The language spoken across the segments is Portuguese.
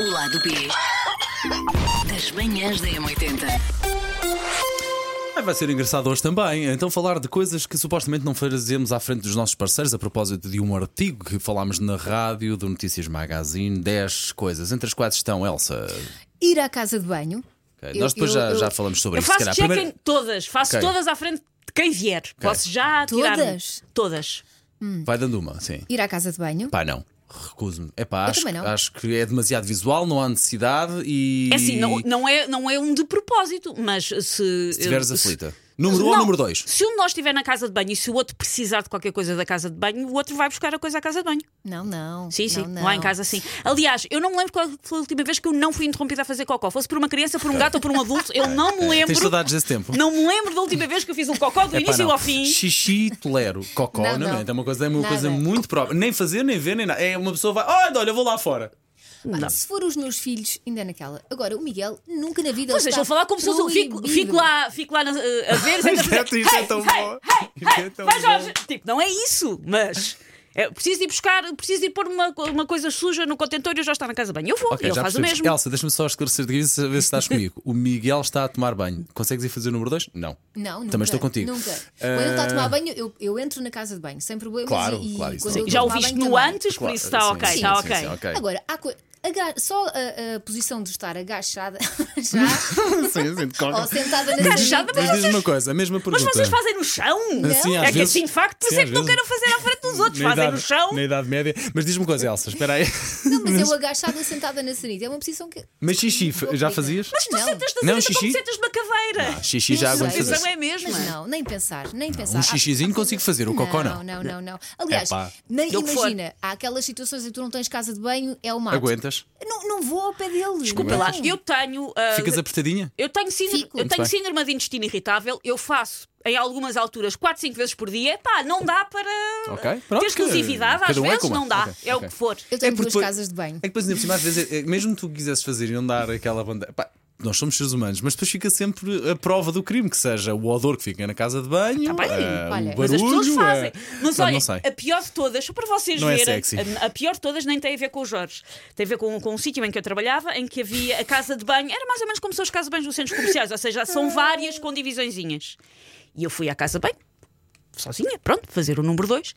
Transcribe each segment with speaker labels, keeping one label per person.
Speaker 1: O lado B das manhãs da M80.
Speaker 2: Ah, vai ser engraçado hoje também. Então, falar de coisas que supostamente não fazemos à frente dos nossos parceiros, a propósito de um artigo que falámos na rádio do Notícias Magazine. 10 coisas, entre as quais estão Elsa.
Speaker 3: ir à casa de banho.
Speaker 2: Ok,
Speaker 3: Eu-
Speaker 2: Nós depois
Speaker 3: eu-
Speaker 2: já,
Speaker 3: eu-
Speaker 2: já falamos sobre
Speaker 4: Eu
Speaker 2: isso. se
Speaker 4: faço
Speaker 2: calhar.
Speaker 4: check
Speaker 2: Primeiro-
Speaker 4: em todas, faço
Speaker 2: Ok.
Speaker 4: todas à frente de quem vier. Posso já tirar
Speaker 3: Todas?
Speaker 4: Todas.
Speaker 2: Vai dando uma, sim.
Speaker 3: Ir à casa de banho.
Speaker 2: Pá, não. Recuso-me. É pá,
Speaker 3: Eu
Speaker 2: acho,
Speaker 3: também não.
Speaker 2: acho que é demasiado visual, não há necessidade e.
Speaker 4: É assim, não, não, é, não é um de propósito, mas se.
Speaker 2: Se estiveres
Speaker 4: se-
Speaker 2: aflita. Número 1
Speaker 4: Não,
Speaker 2: ou número 2?
Speaker 4: Se um de nós estiver na casa de banho e se o outro precisar de qualquer coisa da casa de banho, o outro vai buscar a coisa à casa de banho.
Speaker 3: Não, não.
Speaker 4: Sim, sim,
Speaker 3: não, não.
Speaker 4: lá em casa sim. Aliás, eu não me lembro qual foi a última vez que eu não fui interrompida a fazer cocó. Fosse por uma criança, por um gato ou por um adulto, eu não me lembro.
Speaker 2: Tens saudades desse tempo?
Speaker 4: Não me lembro da última vez que eu fiz um cocó do
Speaker 2: Epá,
Speaker 4: início
Speaker 2: não.
Speaker 4: ao fim.
Speaker 2: Xixi, tolero. Cocó, não,
Speaker 3: Não,
Speaker 2: não.
Speaker 3: não.
Speaker 2: É uma coisa, é uma
Speaker 3: Nada.
Speaker 2: coisa muito própria. Nem fazer, nem ver, nem nada. É uma pessoa vai. Olha, olha, eu vou lá fora.
Speaker 4: Não.
Speaker 3: Se for os meus filhos, ainda é naquela. Agora, o Miguel nunca na vida.
Speaker 4: Pois
Speaker 3: ele
Speaker 4: deixa eu
Speaker 3: está
Speaker 4: falar como se fosse. eu Fico,
Speaker 3: proibido.
Speaker 4: fico lá, fico lá na- a ver. sempre a fazer,
Speaker 2: Isto é- isto é
Speaker 4: "Hey,
Speaker 2: tão
Speaker 4: hey,
Speaker 2: bom."
Speaker 4: hey,
Speaker 2: Isto é
Speaker 4: hey,
Speaker 2: tão
Speaker 4: vai,
Speaker 2: bom.
Speaker 4: Jorge. Tipo, não é isso, mas. É, preciso ir buscar, preciso ir pôr uma, co- uma coisa suja no contentor e eu já está na casa de banho. Eu vou,
Speaker 2: Ok,
Speaker 4: ele
Speaker 2: já
Speaker 4: faz o
Speaker 2: percebemos.
Speaker 4: mesmo.
Speaker 2: Elsa, deixa-me só esclarecer de isso, a ver se estás comigo. O Miguel está a tomar banho. Consegues ir fazer o número 2? Não.
Speaker 3: Não, nunca,
Speaker 2: Também estou contigo.
Speaker 3: Nunca.
Speaker 2: Ah,
Speaker 3: Quando ele está a tomar banho, eu, eu entro na casa de banho, sem problemas.
Speaker 2: Claro,
Speaker 3: e, e
Speaker 2: claro, isso
Speaker 3: quando
Speaker 2: não-
Speaker 3: eu
Speaker 4: Já
Speaker 3: vou
Speaker 4: o
Speaker 3: tomar
Speaker 4: viste
Speaker 3: banho
Speaker 4: no
Speaker 3: também.
Speaker 4: antes, por
Speaker 2: claro,
Speaker 4: isso está
Speaker 2: sim,
Speaker 4: ok,
Speaker 2: sim,
Speaker 4: está
Speaker 2: sim, sim,
Speaker 4: ok.
Speaker 2: ok.
Speaker 3: Agora, há co... aga- só a, a posição de estar agachada já,
Speaker 2: sim, sim, de cor.
Speaker 3: ou sentada na
Speaker 4: Agachada,
Speaker 3: sanita.
Speaker 2: Mas diz-me uma coisa, a mesma
Speaker 4: Mas
Speaker 2: pergunta.
Speaker 4: vocês fazem no chão?
Speaker 2: Assim, às
Speaker 4: é que
Speaker 2: vezes-
Speaker 4: assim, de facto, por
Speaker 2: sim,
Speaker 4: isso é
Speaker 2: às
Speaker 4: que não
Speaker 2: vezes.
Speaker 4: quero fazer à frente dos outros.
Speaker 2: Na
Speaker 4: Fazem
Speaker 2: idade-
Speaker 4: no chão.
Speaker 2: Na Idade Média. Mas diz-me uma coisa, Elsa, espera aí.
Speaker 3: Não, mas eu agachada sentada na sanita. É uma posição que.
Speaker 2: Mas xixi, f- já fazias?
Speaker 4: Mas tu
Speaker 3: Não.
Speaker 4: sentas
Speaker 2: Não,
Speaker 4: na como
Speaker 2: xixi.
Speaker 4: sentas numa caveira.
Speaker 2: Ah, xixi já
Speaker 3: Não sei.
Speaker 2: aguento fazer.
Speaker 4: Isso é mesmo.
Speaker 3: Mas não, nem pensar, nem pensar.
Speaker 2: um
Speaker 3: Há-
Speaker 2: xixizinho
Speaker 3: há
Speaker 2: consigo fazer, o cocó não.
Speaker 3: Não, não, não. Aliás,
Speaker 2: Epá.
Speaker 3: nem
Speaker 4: Eu que for.
Speaker 3: imagina, há aquelas situações em que tu não tens casa de banho, é o mato.
Speaker 2: Aguentas?
Speaker 3: Não, não vou ao pé dele.
Speaker 4: Desculpa
Speaker 3: não.
Speaker 4: lá, eu tenho. ah,
Speaker 2: Ficas apertadinha?
Speaker 4: Eu tenho, síndrome,
Speaker 3: Fico.
Speaker 4: eu tenho
Speaker 2: bem.
Speaker 4: síndrome de intestino irritável, eu faço em algumas alturas 4, 5 vezes por dia. Pá, não dá para
Speaker 2: Ok,
Speaker 4: ter
Speaker 2: pronto,
Speaker 4: exclusividade,
Speaker 2: cada
Speaker 4: às
Speaker 2: um é
Speaker 4: vezes
Speaker 2: como é.
Speaker 4: não dá,
Speaker 2: Ok,
Speaker 4: é
Speaker 2: ok.
Speaker 4: o que for.
Speaker 3: Eu tenho
Speaker 2: É porque
Speaker 3: duas
Speaker 2: depois-
Speaker 3: casas de banho.
Speaker 2: É que depois, ainda por cima, às vezes, é- é- mesmo que tu quisesse fazer e não dar aquela bandeira. Pá, nós somos seres humanos, mas depois fica sempre a prova do crime, que seja o odor que fica na casa de banho,
Speaker 4: Tá bem,
Speaker 2: eh, o
Speaker 3: olha,
Speaker 2: barulho.
Speaker 4: Mas as pessoas
Speaker 2: eh,
Speaker 4: fazem. Mas
Speaker 2: pá,
Speaker 4: olha,
Speaker 2: não sei.
Speaker 4: a pior de todas, só para vocês
Speaker 2: Não é
Speaker 4: verem,
Speaker 2: sexy.
Speaker 4: a, a pior de todas nem tem a ver com o Jorge. Tem a ver com, com um sítio em que eu trabalhava, em que havia a casa de banho, era mais ou menos como são as casas de banho dos centros comerciais, ou seja,
Speaker 2: Ah.
Speaker 4: são várias com divisõezinhas. E eu fui à casa de banho, sozinha, pronto, fazer o número 2.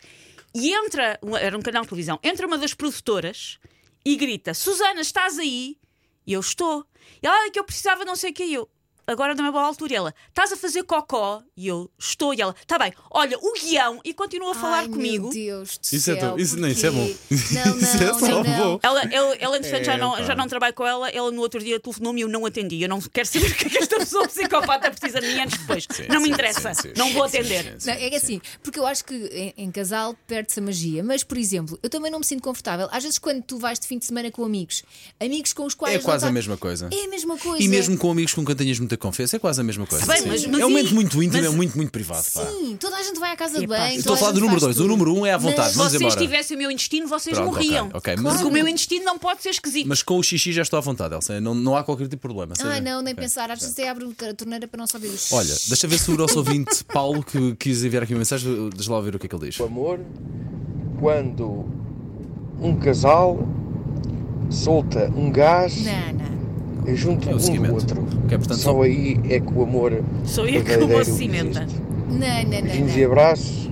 Speaker 4: E entra, era um canal de televisão, entra uma das produtoras e grita: Susana, estás aí? E eu estou. E ela, "Ai, que eu precisava não sei o que. E eu, agora não é boa altura. E ela, estás a fazer cocó? E eu, estou. E ela, está bem, olha, o guião. E continua a falar
Speaker 3: Ai,
Speaker 4: comigo.
Speaker 3: Meu Deus do
Speaker 2: Isso é
Speaker 3: céu,
Speaker 2: tão- isso- não, isso é
Speaker 3: porquê?
Speaker 2: bom.
Speaker 3: Não,
Speaker 2: Isso é
Speaker 3: não,
Speaker 2: só
Speaker 3: não, não.
Speaker 2: bom.
Speaker 4: Ela, ela, ela entretanto, já, não,
Speaker 2: Epá.
Speaker 4: já não trabalho com ela. Ela no outro dia telefonou-me e eu não atendi. Eu não quero saber o que é que esta pessoa psicopata precisa de mim antes depois. não me
Speaker 2: sim,
Speaker 4: interessa.
Speaker 2: sim, sim,
Speaker 4: não vou
Speaker 2: sim,
Speaker 4: atender.
Speaker 2: sim, sim,
Speaker 3: Não, é que
Speaker 2: sim.
Speaker 3: assim, porque eu acho que em, em casal perde-se a magia, mas por exemplo, eu também não me sinto confortável. Às vezes, quando tu vais de fim de semana com amigos, amigos com os quais.
Speaker 2: É
Speaker 3: não
Speaker 2: quase a
Speaker 3: tá-
Speaker 2: mesma coisa.
Speaker 3: É a mesma coisa.
Speaker 2: E mesmo com amigos com quem tenhas muita confiança, é quase a mesma coisa.
Speaker 4: Bem,
Speaker 2: sim.
Speaker 4: mas- mas
Speaker 2: é um momento
Speaker 4: e-
Speaker 2: muito íntimo,
Speaker 4: mas-
Speaker 2: é muito, muito privado. pá.
Speaker 3: Sim, toda a gente vai à casa de
Speaker 4: Epá.
Speaker 3: banho.
Speaker 2: Estou
Speaker 3: toda
Speaker 2: a falar do
Speaker 3: gente
Speaker 2: número
Speaker 3: faz
Speaker 2: 2. O
Speaker 3: tudo.
Speaker 2: número 1 um é à vontade.
Speaker 4: Se
Speaker 2: Vamos
Speaker 4: vocês
Speaker 2: embora.
Speaker 4: tivessem o meu intestino, vocês
Speaker 2: Pronto,
Speaker 4: morriam.
Speaker 2: ok, ok.
Speaker 4: Porque
Speaker 2: Mas-
Speaker 4: o meu intestino não pode ser esquisito.
Speaker 2: Mas com o xixi já estou à vontade, Elsa. Não, não há qualquer tipo de problema.
Speaker 3: Ai,
Speaker 2: seja-
Speaker 3: não, nem
Speaker 2: Ok.
Speaker 3: pensar. Às vezes até abre a torneira para não saber os.
Speaker 2: Olha, deixa ver se o nosso ouvinte Paulo que quis enviar aqui uma mensagem, deixa lá ouvir o que é que ele diz.
Speaker 5: o amor quando um casal solta um gás
Speaker 3: Não, não.
Speaker 5: junto
Speaker 2: É o
Speaker 5: um
Speaker 2: seguimento.
Speaker 5: do outro.
Speaker 2: Ok, portanto,
Speaker 5: Só
Speaker 2: só-
Speaker 5: aí é que o amor
Speaker 4: Só aí é que o amor
Speaker 5: verdadeiro
Speaker 4: se cimenta. É,
Speaker 5: existe.
Speaker 3: Não, não, não.
Speaker 5: Beijinhos e
Speaker 3: não.
Speaker 5: abraços.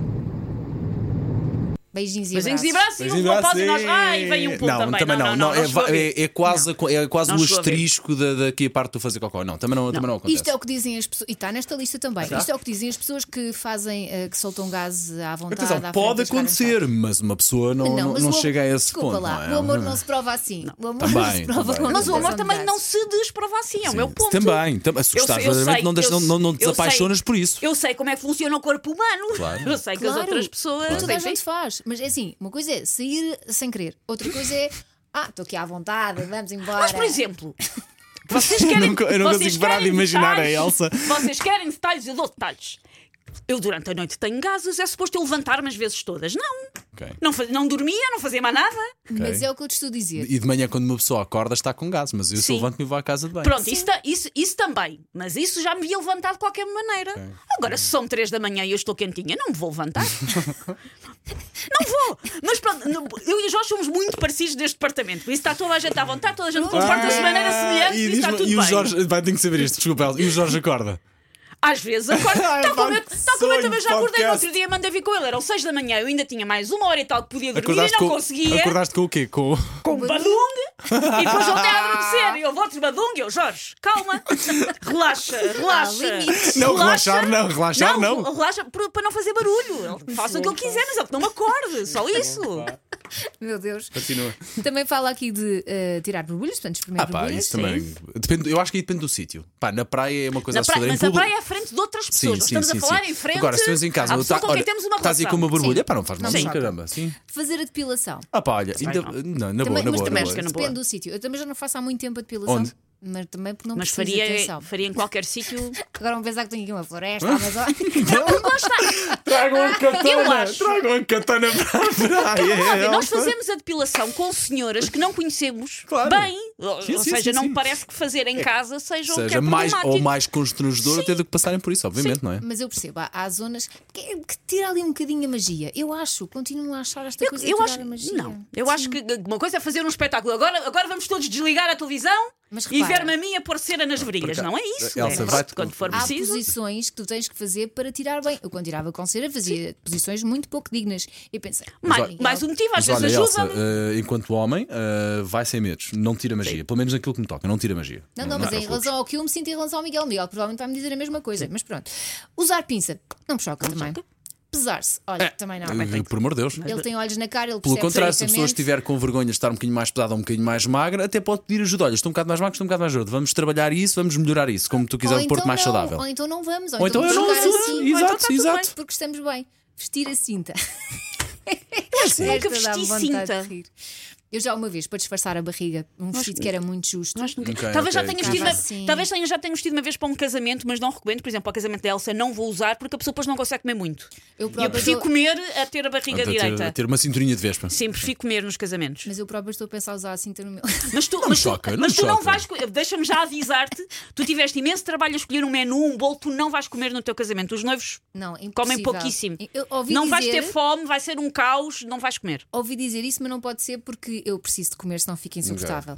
Speaker 3: Beijinhos e
Speaker 4: Beijinhos
Speaker 3: abraços.
Speaker 4: de braço e
Speaker 2: Mas
Speaker 4: um
Speaker 2: ainda
Speaker 4: pausa e nós.
Speaker 2: assim-
Speaker 4: Ai, vem um pulo
Speaker 2: não,
Speaker 4: também.
Speaker 2: também não. não, é,
Speaker 4: chegou a
Speaker 2: va-
Speaker 4: ver.
Speaker 2: é- é quase, é quase
Speaker 4: Não
Speaker 2: o
Speaker 4: chegou a ver.
Speaker 2: asterisco da- daqui a parte do fazer cocó. Não, também não, Também não acontece.
Speaker 3: Isto é o que dizem as pessoas, e está nesta lista também.
Speaker 2: Está?
Speaker 3: Isto é o que dizem as pessoas que fazem, eh, que soltam gás à vontade. à
Speaker 2: Atenção,
Speaker 3: frente
Speaker 2: pode
Speaker 3: das caras.
Speaker 2: acontecer, mas uma pessoa não, não,
Speaker 3: mas
Speaker 2: não
Speaker 3: o am-
Speaker 2: chega a esse
Speaker 3: desculpa
Speaker 2: ponto.
Speaker 3: lá,
Speaker 2: não é?
Speaker 3: o amor não se prova assim. O amor
Speaker 2: Também,
Speaker 3: não se prova
Speaker 2: também.
Speaker 3: com
Speaker 4: Mas o amor
Speaker 3: ação
Speaker 4: também
Speaker 3: de
Speaker 4: não
Speaker 3: gás.
Speaker 4: se desprova assim, é o meu
Speaker 2: Sim,
Speaker 4: ponto.
Speaker 2: Também, também. Se
Speaker 4: Eu
Speaker 2: gostares
Speaker 4: sei, eu
Speaker 2: verdadeiramente,
Speaker 4: sei,
Speaker 2: não,
Speaker 4: eu
Speaker 2: deixas- não, não, não
Speaker 4: sei.
Speaker 2: desapaixonas por isso.
Speaker 4: Eu sei como é que funciona o corpo humano.
Speaker 2: Claro.
Speaker 4: Eu sei que as
Speaker 3: Claro,
Speaker 4: outras pessoas.
Speaker 3: Toda a
Speaker 4: Sim,
Speaker 3: gente
Speaker 4: sim.
Speaker 3: faz. Mas é assim, uma coisa é sair sem querer, outra coisa é. Ah, estou aqui à vontade, vamos embora.
Speaker 4: Mas, por exemplo, vocês querem.
Speaker 2: nunca- eu não
Speaker 4: vocês
Speaker 2: consigo parar de
Speaker 4: querem
Speaker 2: imaginar a
Speaker 4: detalhes,
Speaker 2: Elsa.
Speaker 4: Vocês querem detalhes, eu dou detalhes. Eu durante a noite tenho gases, é suposto eu levantar-me às vezes todas. Não.
Speaker 2: Ok.
Speaker 4: Não, fa- não dormia, não fazia mais nada.
Speaker 3: Mas é o que eu te estou a dizer.
Speaker 2: E de manhã, quando uma pessoa acorda, está com gás, mas eu se
Speaker 4: Sim.
Speaker 2: levanto-me e vou à casa de banho.
Speaker 4: Pronto, isso, ta- isso, isso também. Mas isso já me ia levantar de qualquer maneira. Agora, se são três da manhã e eu estou quentinha, não me vou levantar. não vou. Mas pronto, no- eu e o Jorge somos muito parecidos neste departamento. Por isso está toda a gente à vontade, toda a gente comporta-se de maneira semelhante e,
Speaker 2: Ah, e,
Speaker 4: está
Speaker 2: diz-me-
Speaker 4: tudo
Speaker 2: e o
Speaker 4: bem.
Speaker 2: Jorge, vai, tenho que saber isto, desculpa, Elsa. E o Jorge acorda.
Speaker 4: Às vezes acordo.
Speaker 2: Ai,
Speaker 4: Tal como eu,
Speaker 2: pá, que
Speaker 4: tal como eu
Speaker 2: sonho,
Speaker 4: também já acordei no
Speaker 2: podcast.
Speaker 4: outro dia, mandei vir com ele. Eram seis da manhã, eu ainda tinha mais uma hora e tal que podia dormir e não
Speaker 2: com,
Speaker 4: conseguia.
Speaker 2: acordaste com o quê? Com,
Speaker 4: com badung e depois voltei a adormecer. E houve outros badung e eu, Jorge, calma, relaxa, relaxa.
Speaker 3: Há limites.
Speaker 2: Não, relaxar não, relaxar não.
Speaker 4: Relaxa por- para não fazer barulho. Ele Faça o que ele quiser, mas ele que não me acorde, só isso.
Speaker 3: Meu Deus.
Speaker 2: Continua.
Speaker 3: Também fala aqui de eh, tirar borbulhas, portanto, experimentar
Speaker 2: Ah, pá,
Speaker 3: borbulhas.
Speaker 2: isso
Speaker 4: é
Speaker 2: também. Depende, eu acho que aí depende do sítio. Pá, na praia é uma coisa
Speaker 4: Na praia-
Speaker 2: assustadora.
Speaker 4: mas
Speaker 2: em
Speaker 4: a
Speaker 2: público-
Speaker 4: praia é à frente de outras
Speaker 2: Sim,
Speaker 4: pessoas. Nós
Speaker 2: sim,
Speaker 4: estamos
Speaker 2: sim,
Speaker 4: a falar
Speaker 2: sim.
Speaker 4: em frente.
Speaker 2: Agora, se estamos em casa,
Speaker 4: à
Speaker 2: eu
Speaker 4: pessoa com quem
Speaker 2: olha,
Speaker 4: temos uma
Speaker 2: estás aí
Speaker 4: relação.
Speaker 2: com uma borbulha,
Speaker 3: Sim.
Speaker 2: pá, não faz mal,
Speaker 3: Não
Speaker 2: sim,
Speaker 3: choca.
Speaker 2: caramba. Sim.
Speaker 3: Fazer a depilação.
Speaker 2: Ah, pá, olha,
Speaker 4: Sei
Speaker 2: ainda- não,
Speaker 4: não.
Speaker 2: na
Speaker 3: Também-
Speaker 2: boa, na
Speaker 3: mas
Speaker 2: boa.
Speaker 3: também
Speaker 2: na
Speaker 4: acho que
Speaker 2: boa.
Speaker 3: depende
Speaker 4: não- boa.
Speaker 3: do sítio. Eu também já não faço há muito tempo a depilação.
Speaker 2: Onde?
Speaker 3: Mas também porque não
Speaker 4: Mas
Speaker 3: preciso de
Speaker 4: faria,
Speaker 3: atenção.
Speaker 4: faria em qualquer sítio.
Speaker 3: Agora vão pensar que tenho aqui uma floresta,
Speaker 4: Ah,
Speaker 2: Ah.
Speaker 3: Amazônica.
Speaker 4: Lá está.
Speaker 2: Tragam a
Speaker 4: Eu
Speaker 2: um katana,
Speaker 4: acho.
Speaker 2: tragam a katana para a praia. é
Speaker 4: Olha, nós
Speaker 2: Elsa.
Speaker 4: fazemos a depilação com senhoras que não conhecemos
Speaker 2: Claro.
Speaker 4: bem. Ou,
Speaker 2: Sim,
Speaker 4: ou
Speaker 2: sim,
Speaker 4: seja,
Speaker 2: sim,
Speaker 4: não
Speaker 2: sim.
Speaker 4: me parece que fazer em casa seja, o que é
Speaker 2: Seja mais ou
Speaker 4: problemático.
Speaker 2: mais constrangedor até do que passarem por isso, obviamente, não é?
Speaker 3: Mas eu percebo, há, há zonas que, que tira ali um bocadinho a magia. Eu acho, continuo a achar esta
Speaker 4: Eu,
Speaker 3: coisa
Speaker 4: eu
Speaker 3: de tirar
Speaker 4: acho,
Speaker 3: a magia.
Speaker 4: não, eu acho que uma coisa é fazer um espetáculo. Agora, agora vamos todos desligar a televisão
Speaker 3: Mas
Speaker 4: e
Speaker 3: repara-
Speaker 4: ver-me a mim a pôr cera nas varilhas. Não é isso.
Speaker 2: Elsa,
Speaker 4: é,
Speaker 2: vai-
Speaker 4: quando for
Speaker 3: Há
Speaker 4: preciso.
Speaker 3: posições que tu tens que fazer para tirar bem. Eu, quando tirava com cera, fazia posições muito pouco dignas. E pensei,
Speaker 4: Mais,
Speaker 3: Miguel,
Speaker 4: mais um motivo, às
Speaker 2: Mas olha,
Speaker 4: vezes
Speaker 2: Elsa,
Speaker 4: ajuda-me.
Speaker 2: eh, enquanto homem, eh, vai sem medos. Não tira magia. Pelo menos naquilo que me toca, não tira magia.
Speaker 3: Não, não, mas
Speaker 2: te
Speaker 3: em
Speaker 2: preocupes.
Speaker 3: relação ao que eu me sinto em relação ao Miguel, o Miguel provavelmente vai me dizer a mesma coisa, mas pronto. Usar pinça, não me choca também. Pesar-se, olha, também não.
Speaker 2: Eh, Por amor de Deus.
Speaker 3: Ele tem olhos na cara, ele
Speaker 2: Pelo
Speaker 3: percebe
Speaker 2: contrário, se a pessoa
Speaker 3: perfeitamente.
Speaker 2: estiver com vergonha de estar um bocadinho mais pesada ou um bocadinho mais magra, até pode pedir ajuda. Olha, estou um bocado mais magro, estou um bocado mais gordo. Vamos trabalhar isso, vamos melhorar isso. Como tu quiser,
Speaker 3: Ou
Speaker 2: um Porto
Speaker 3: então
Speaker 2: mais
Speaker 3: não,
Speaker 2: saudável.
Speaker 3: Ou então não vamos, ou,
Speaker 2: Ou então eu não
Speaker 3: vamos jogar
Speaker 2: uso.
Speaker 3: assim,
Speaker 4: ou então
Speaker 2: Exato,
Speaker 4: está tudo
Speaker 2: exato.
Speaker 3: bem, porque estamos bem. Vestir a cinta.
Speaker 4: que nunca
Speaker 3: Esta dá-me vontade
Speaker 4: vesti
Speaker 3: de
Speaker 4: cinta.
Speaker 3: rir. Eu já uma vez, para disfarçar a barriga, um vestido que era muito justo.
Speaker 4: Nós nunca-
Speaker 2: Ok,
Speaker 4: talvez
Speaker 2: ok,
Speaker 4: já
Speaker 2: ok.
Speaker 4: tenha vestido,
Speaker 3: Tava
Speaker 4: uma-
Speaker 3: assim.
Speaker 4: talvez tenha, já tenha vestido uma vez para um casamento, mas não recomendo. Por exemplo, ao casamento da Elsa, não vou usar porque a pessoa depois não consegue comer muito.
Speaker 3: Eu
Speaker 4: E eu
Speaker 3: própria
Speaker 4: prefiro
Speaker 3: estou-
Speaker 4: comer a ter a barriga
Speaker 2: A ter,
Speaker 4: direita.
Speaker 2: a ter uma cinturinha de vespa.
Speaker 4: Sim, prefiro comer nos casamentos.
Speaker 3: Mas eu própria estou a pensar usar a cinta no meu.
Speaker 4: Mas tu
Speaker 2: me
Speaker 4: não, mas tu-
Speaker 2: choca, não
Speaker 4: mas
Speaker 2: me
Speaker 4: tu não
Speaker 2: choca.
Speaker 4: vais. co- Deixa-me já avisar-te: tu tiveste imenso trabalho a escolher um menu, um bolo, tu não vais comer no teu casamento. Os noivos
Speaker 3: Não, é impossível.
Speaker 4: comem pouquíssimo.
Speaker 3: Eu ouvi
Speaker 4: Não
Speaker 3: dizer,
Speaker 4: vais ter fome, vai ser um caos, não vais comer.
Speaker 3: Ouvi dizer isso, mas não pode ser porque eu preciso de comer, senão fica insuportável.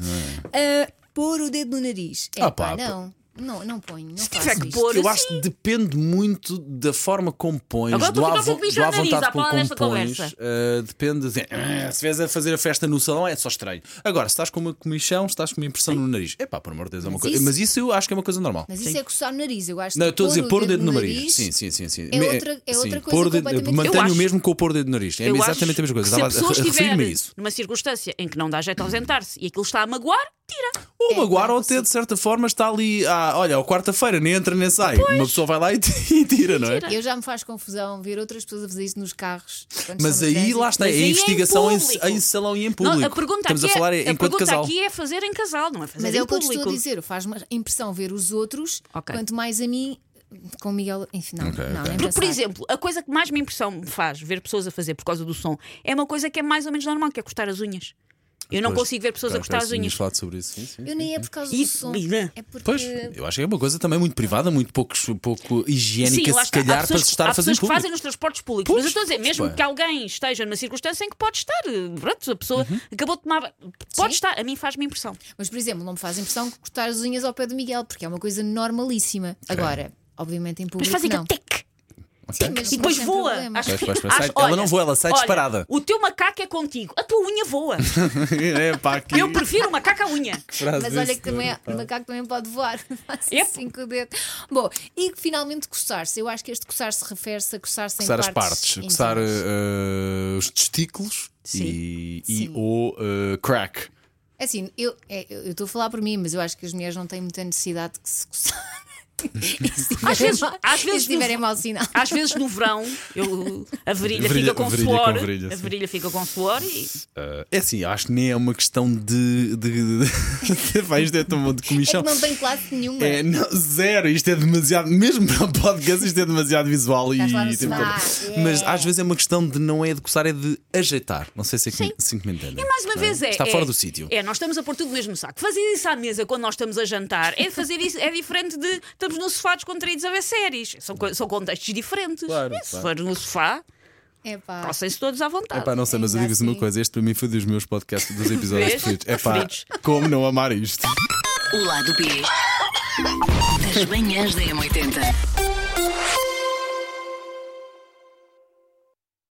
Speaker 3: Ah, pôr o dedo no nariz. É,
Speaker 2: é? Ah,
Speaker 3: pá,
Speaker 2: pá,
Speaker 3: não. Não, não ponho. Não Se
Speaker 4: tiver que pôr-
Speaker 2: Eu
Speaker 4: Sim.
Speaker 2: acho que depende muito da forma como pões,
Speaker 4: Agora
Speaker 2: do
Speaker 4: tu
Speaker 2: à
Speaker 4: ficas
Speaker 2: vo-
Speaker 4: com o bicho
Speaker 2: do à
Speaker 4: ao nariz,
Speaker 2: vontade
Speaker 4: à
Speaker 2: como
Speaker 4: pala desta
Speaker 2: compões.
Speaker 4: conversa.
Speaker 2: eh, depende. de- eh, se vês a fazer a festa no salão, é só estranho. Agora, se estás com uma comichão, se estás com uma impressão no nariz. Epá, por amor de Deus, é uma
Speaker 3: Mas
Speaker 2: coisa.
Speaker 3: isso-
Speaker 2: Mas isso eu acho que é uma coisa normal.
Speaker 3: Mas isso é coçar o nariz. Eu acho
Speaker 2: Não, eu
Speaker 3: que
Speaker 2: estou a dizer pôr o dedo no nariz.
Speaker 3: nariz.
Speaker 2: Sim, sim, sim. sim.
Speaker 3: é
Speaker 2: Me-
Speaker 3: outra- é
Speaker 2: sim,
Speaker 3: outra coisa
Speaker 2: pôr o dedo-
Speaker 3: completamente diferente.
Speaker 2: Mantenho
Speaker 4: Eu
Speaker 2: mesmo com o pôr o dedo no nariz. É
Speaker 4: Eu
Speaker 2: exatamente
Speaker 4: acho
Speaker 2: a mesma coisa.
Speaker 4: que Se a
Speaker 2: Estava
Speaker 4: pessoa
Speaker 2: a- a
Speaker 4: estiver
Speaker 2: referir-me a isso.
Speaker 4: numa circunstância em que não dá jeito a ausentar-se e aquilo está a magoar, tira.
Speaker 2: Ou
Speaker 3: É,
Speaker 2: magoar
Speaker 3: não
Speaker 2: ou até, de certa forma, está ali. ah, olha, ou quarta-feira, nem entra nem sai. Uma pessoa vai lá e e tira, não é?
Speaker 3: Eu já me faz confusão ver outras pessoas a fazer isto nos carros. quando
Speaker 2: Mas
Speaker 3: estão no
Speaker 2: aí
Speaker 3: trânsito.
Speaker 2: lá está,
Speaker 4: Mas
Speaker 2: é
Speaker 4: aí é
Speaker 2: a
Speaker 4: em
Speaker 2: investigação em,
Speaker 4: público.
Speaker 2: em salão e em
Speaker 4: Não,
Speaker 2: público.
Speaker 4: a pergunta,
Speaker 2: Estamos
Speaker 4: aqui,
Speaker 2: a falar
Speaker 4: é, a
Speaker 2: enquanto
Speaker 4: pergunta
Speaker 2: casal.
Speaker 4: aqui é fazer em casal, não é fazer
Speaker 3: Mas
Speaker 4: em
Speaker 3: é o que eu te
Speaker 4: público.
Speaker 3: estou a dizer, faz-me impressão ver os outros,
Speaker 4: Ok.
Speaker 3: quanto mais a mim, com o Miguel, enfim, não,
Speaker 2: Ok,
Speaker 3: não,
Speaker 2: ok.
Speaker 3: nem
Speaker 4: Porque, por
Speaker 3: pensar.
Speaker 4: exemplo, a coisa que mais me impressão me faz ver pessoas a fazer por causa do som é uma coisa que é mais ou menos normal, que é cortar as unhas. Eu não
Speaker 2: Pois,
Speaker 4: consigo ver pessoas a
Speaker 2: ok,
Speaker 4: cortar as
Speaker 2: sim,
Speaker 4: unhas.
Speaker 2: falado sobre isso. Sim, sim.
Speaker 3: Eu nem é por causa do
Speaker 4: Isso,
Speaker 3: som.
Speaker 4: Lina.
Speaker 3: É porque.
Speaker 2: Pois,
Speaker 4: eh,
Speaker 2: eu acho que é uma coisa também muito privada, muito pouco, pouco higiênica,
Speaker 4: lá
Speaker 2: se
Speaker 4: está. Há
Speaker 2: calhar, para
Speaker 4: pessoas
Speaker 2: se
Speaker 4: que-
Speaker 2: estar
Speaker 4: há
Speaker 2: a fazer em
Speaker 4: pessoas que
Speaker 2: público.
Speaker 4: fazem nos transportes públicos.
Speaker 2: Pois,
Speaker 4: mas eu estou a dizer,
Speaker 2: pois,
Speaker 4: mesmo
Speaker 2: pá.
Speaker 4: que alguém esteja numa circunstância em que pode estar, eh, pronto, a pessoa
Speaker 2: Uhum.
Speaker 4: acabou de tomar. Pode estar, a mim faz-me impressão.
Speaker 3: Mas, por exemplo, não me faz impressão cortar as unhas ao pé do Miguel, porque é uma coisa normalíssima. Agora, obviamente em
Speaker 4: Mas
Speaker 3: público.
Speaker 4: fazem
Speaker 3: não.
Speaker 4: aquele tic.
Speaker 3: Sim, mas
Speaker 4: E depois
Speaker 3: sem
Speaker 4: voa.
Speaker 3: problema.
Speaker 4: Acho
Speaker 2: Pois,
Speaker 4: que-
Speaker 2: pois, pois.
Speaker 4: acho-
Speaker 2: Sai- ela não voa, ela sai
Speaker 4: olha,
Speaker 2: disparada.
Speaker 4: O teu macaco é contigo, a tua unha voa.
Speaker 2: é pá, que
Speaker 4: Eu prefiro o macaco à unha.
Speaker 2: frase
Speaker 3: Mas olha
Speaker 2: vencedora,
Speaker 3: que também,
Speaker 2: pá.
Speaker 3: o macaco também pode voar. Faz
Speaker 4: Yep.
Speaker 3: assim com o dedo. Bom, e finalmente coçar-se. Eu acho que este coçar-se refere-se a coçar-se em
Speaker 2: Coçar as
Speaker 3: partes.
Speaker 2: partes, coçar
Speaker 3: íntimas.
Speaker 2: eh, os testículos e, e
Speaker 3: Sim.
Speaker 2: o eh, crack.
Speaker 3: é, Assim, eu é, eu- eu estou a falar por mim, mas eu acho que as mulheres não têm muita necessidade de se coçar. Às
Speaker 4: vezes- às
Speaker 3: se
Speaker 4: vezes
Speaker 3: tiverem
Speaker 4: no-
Speaker 3: mau sinal. É
Speaker 4: Às vezes no verão eu- a virilha,
Speaker 2: Virilha-
Speaker 4: fica com
Speaker 2: virilha
Speaker 4: suor.
Speaker 2: com virilha,
Speaker 4: a
Speaker 2: sim.
Speaker 4: virilha fica com suor e
Speaker 2: Ah, é assim, acho que nem é uma questão de. de, de, Pá, isto é tão bom de
Speaker 3: É que
Speaker 2: comichão.
Speaker 3: não tem classe nenhuma.
Speaker 2: É, não, zero, isto é demasiado, mesmo para o podcast, isto é demasiado visual e
Speaker 3: Estás lá no
Speaker 2: e tempo
Speaker 3: sofá,
Speaker 2: todo.
Speaker 3: yeah.
Speaker 2: Mas às vezes é uma questão de não é de coçar, é de ajeitar. Não sei se é que, assim que me entendem.
Speaker 4: E mais uma
Speaker 2: Não
Speaker 4: vez é.
Speaker 2: Está
Speaker 4: é-
Speaker 2: fora do sítio.
Speaker 4: É, nós estamos a pôr tudo no mesmo saco. Fazer isso à mesa quando nós estamos a jantar é fazer isso, é diferente de estamos no sofá descontraídos a ver séries. São, co- são contextos diferentes.
Speaker 2: Claro,
Speaker 4: É, se
Speaker 2: claro.
Speaker 4: for no sofá,
Speaker 3: É pá.
Speaker 4: passem-se todos à vontade.
Speaker 2: Epá, não sei, mas eu
Speaker 3: Ainda
Speaker 2: digo-vos uma
Speaker 3: assim.
Speaker 2: coisa: este para mim foi dos meus podcasts, dos episódios
Speaker 4: Vês?
Speaker 2: preferidos. Epá,
Speaker 4: Preferidos.
Speaker 2: como não amar isto?
Speaker 1: O lado B das manhãs da M80.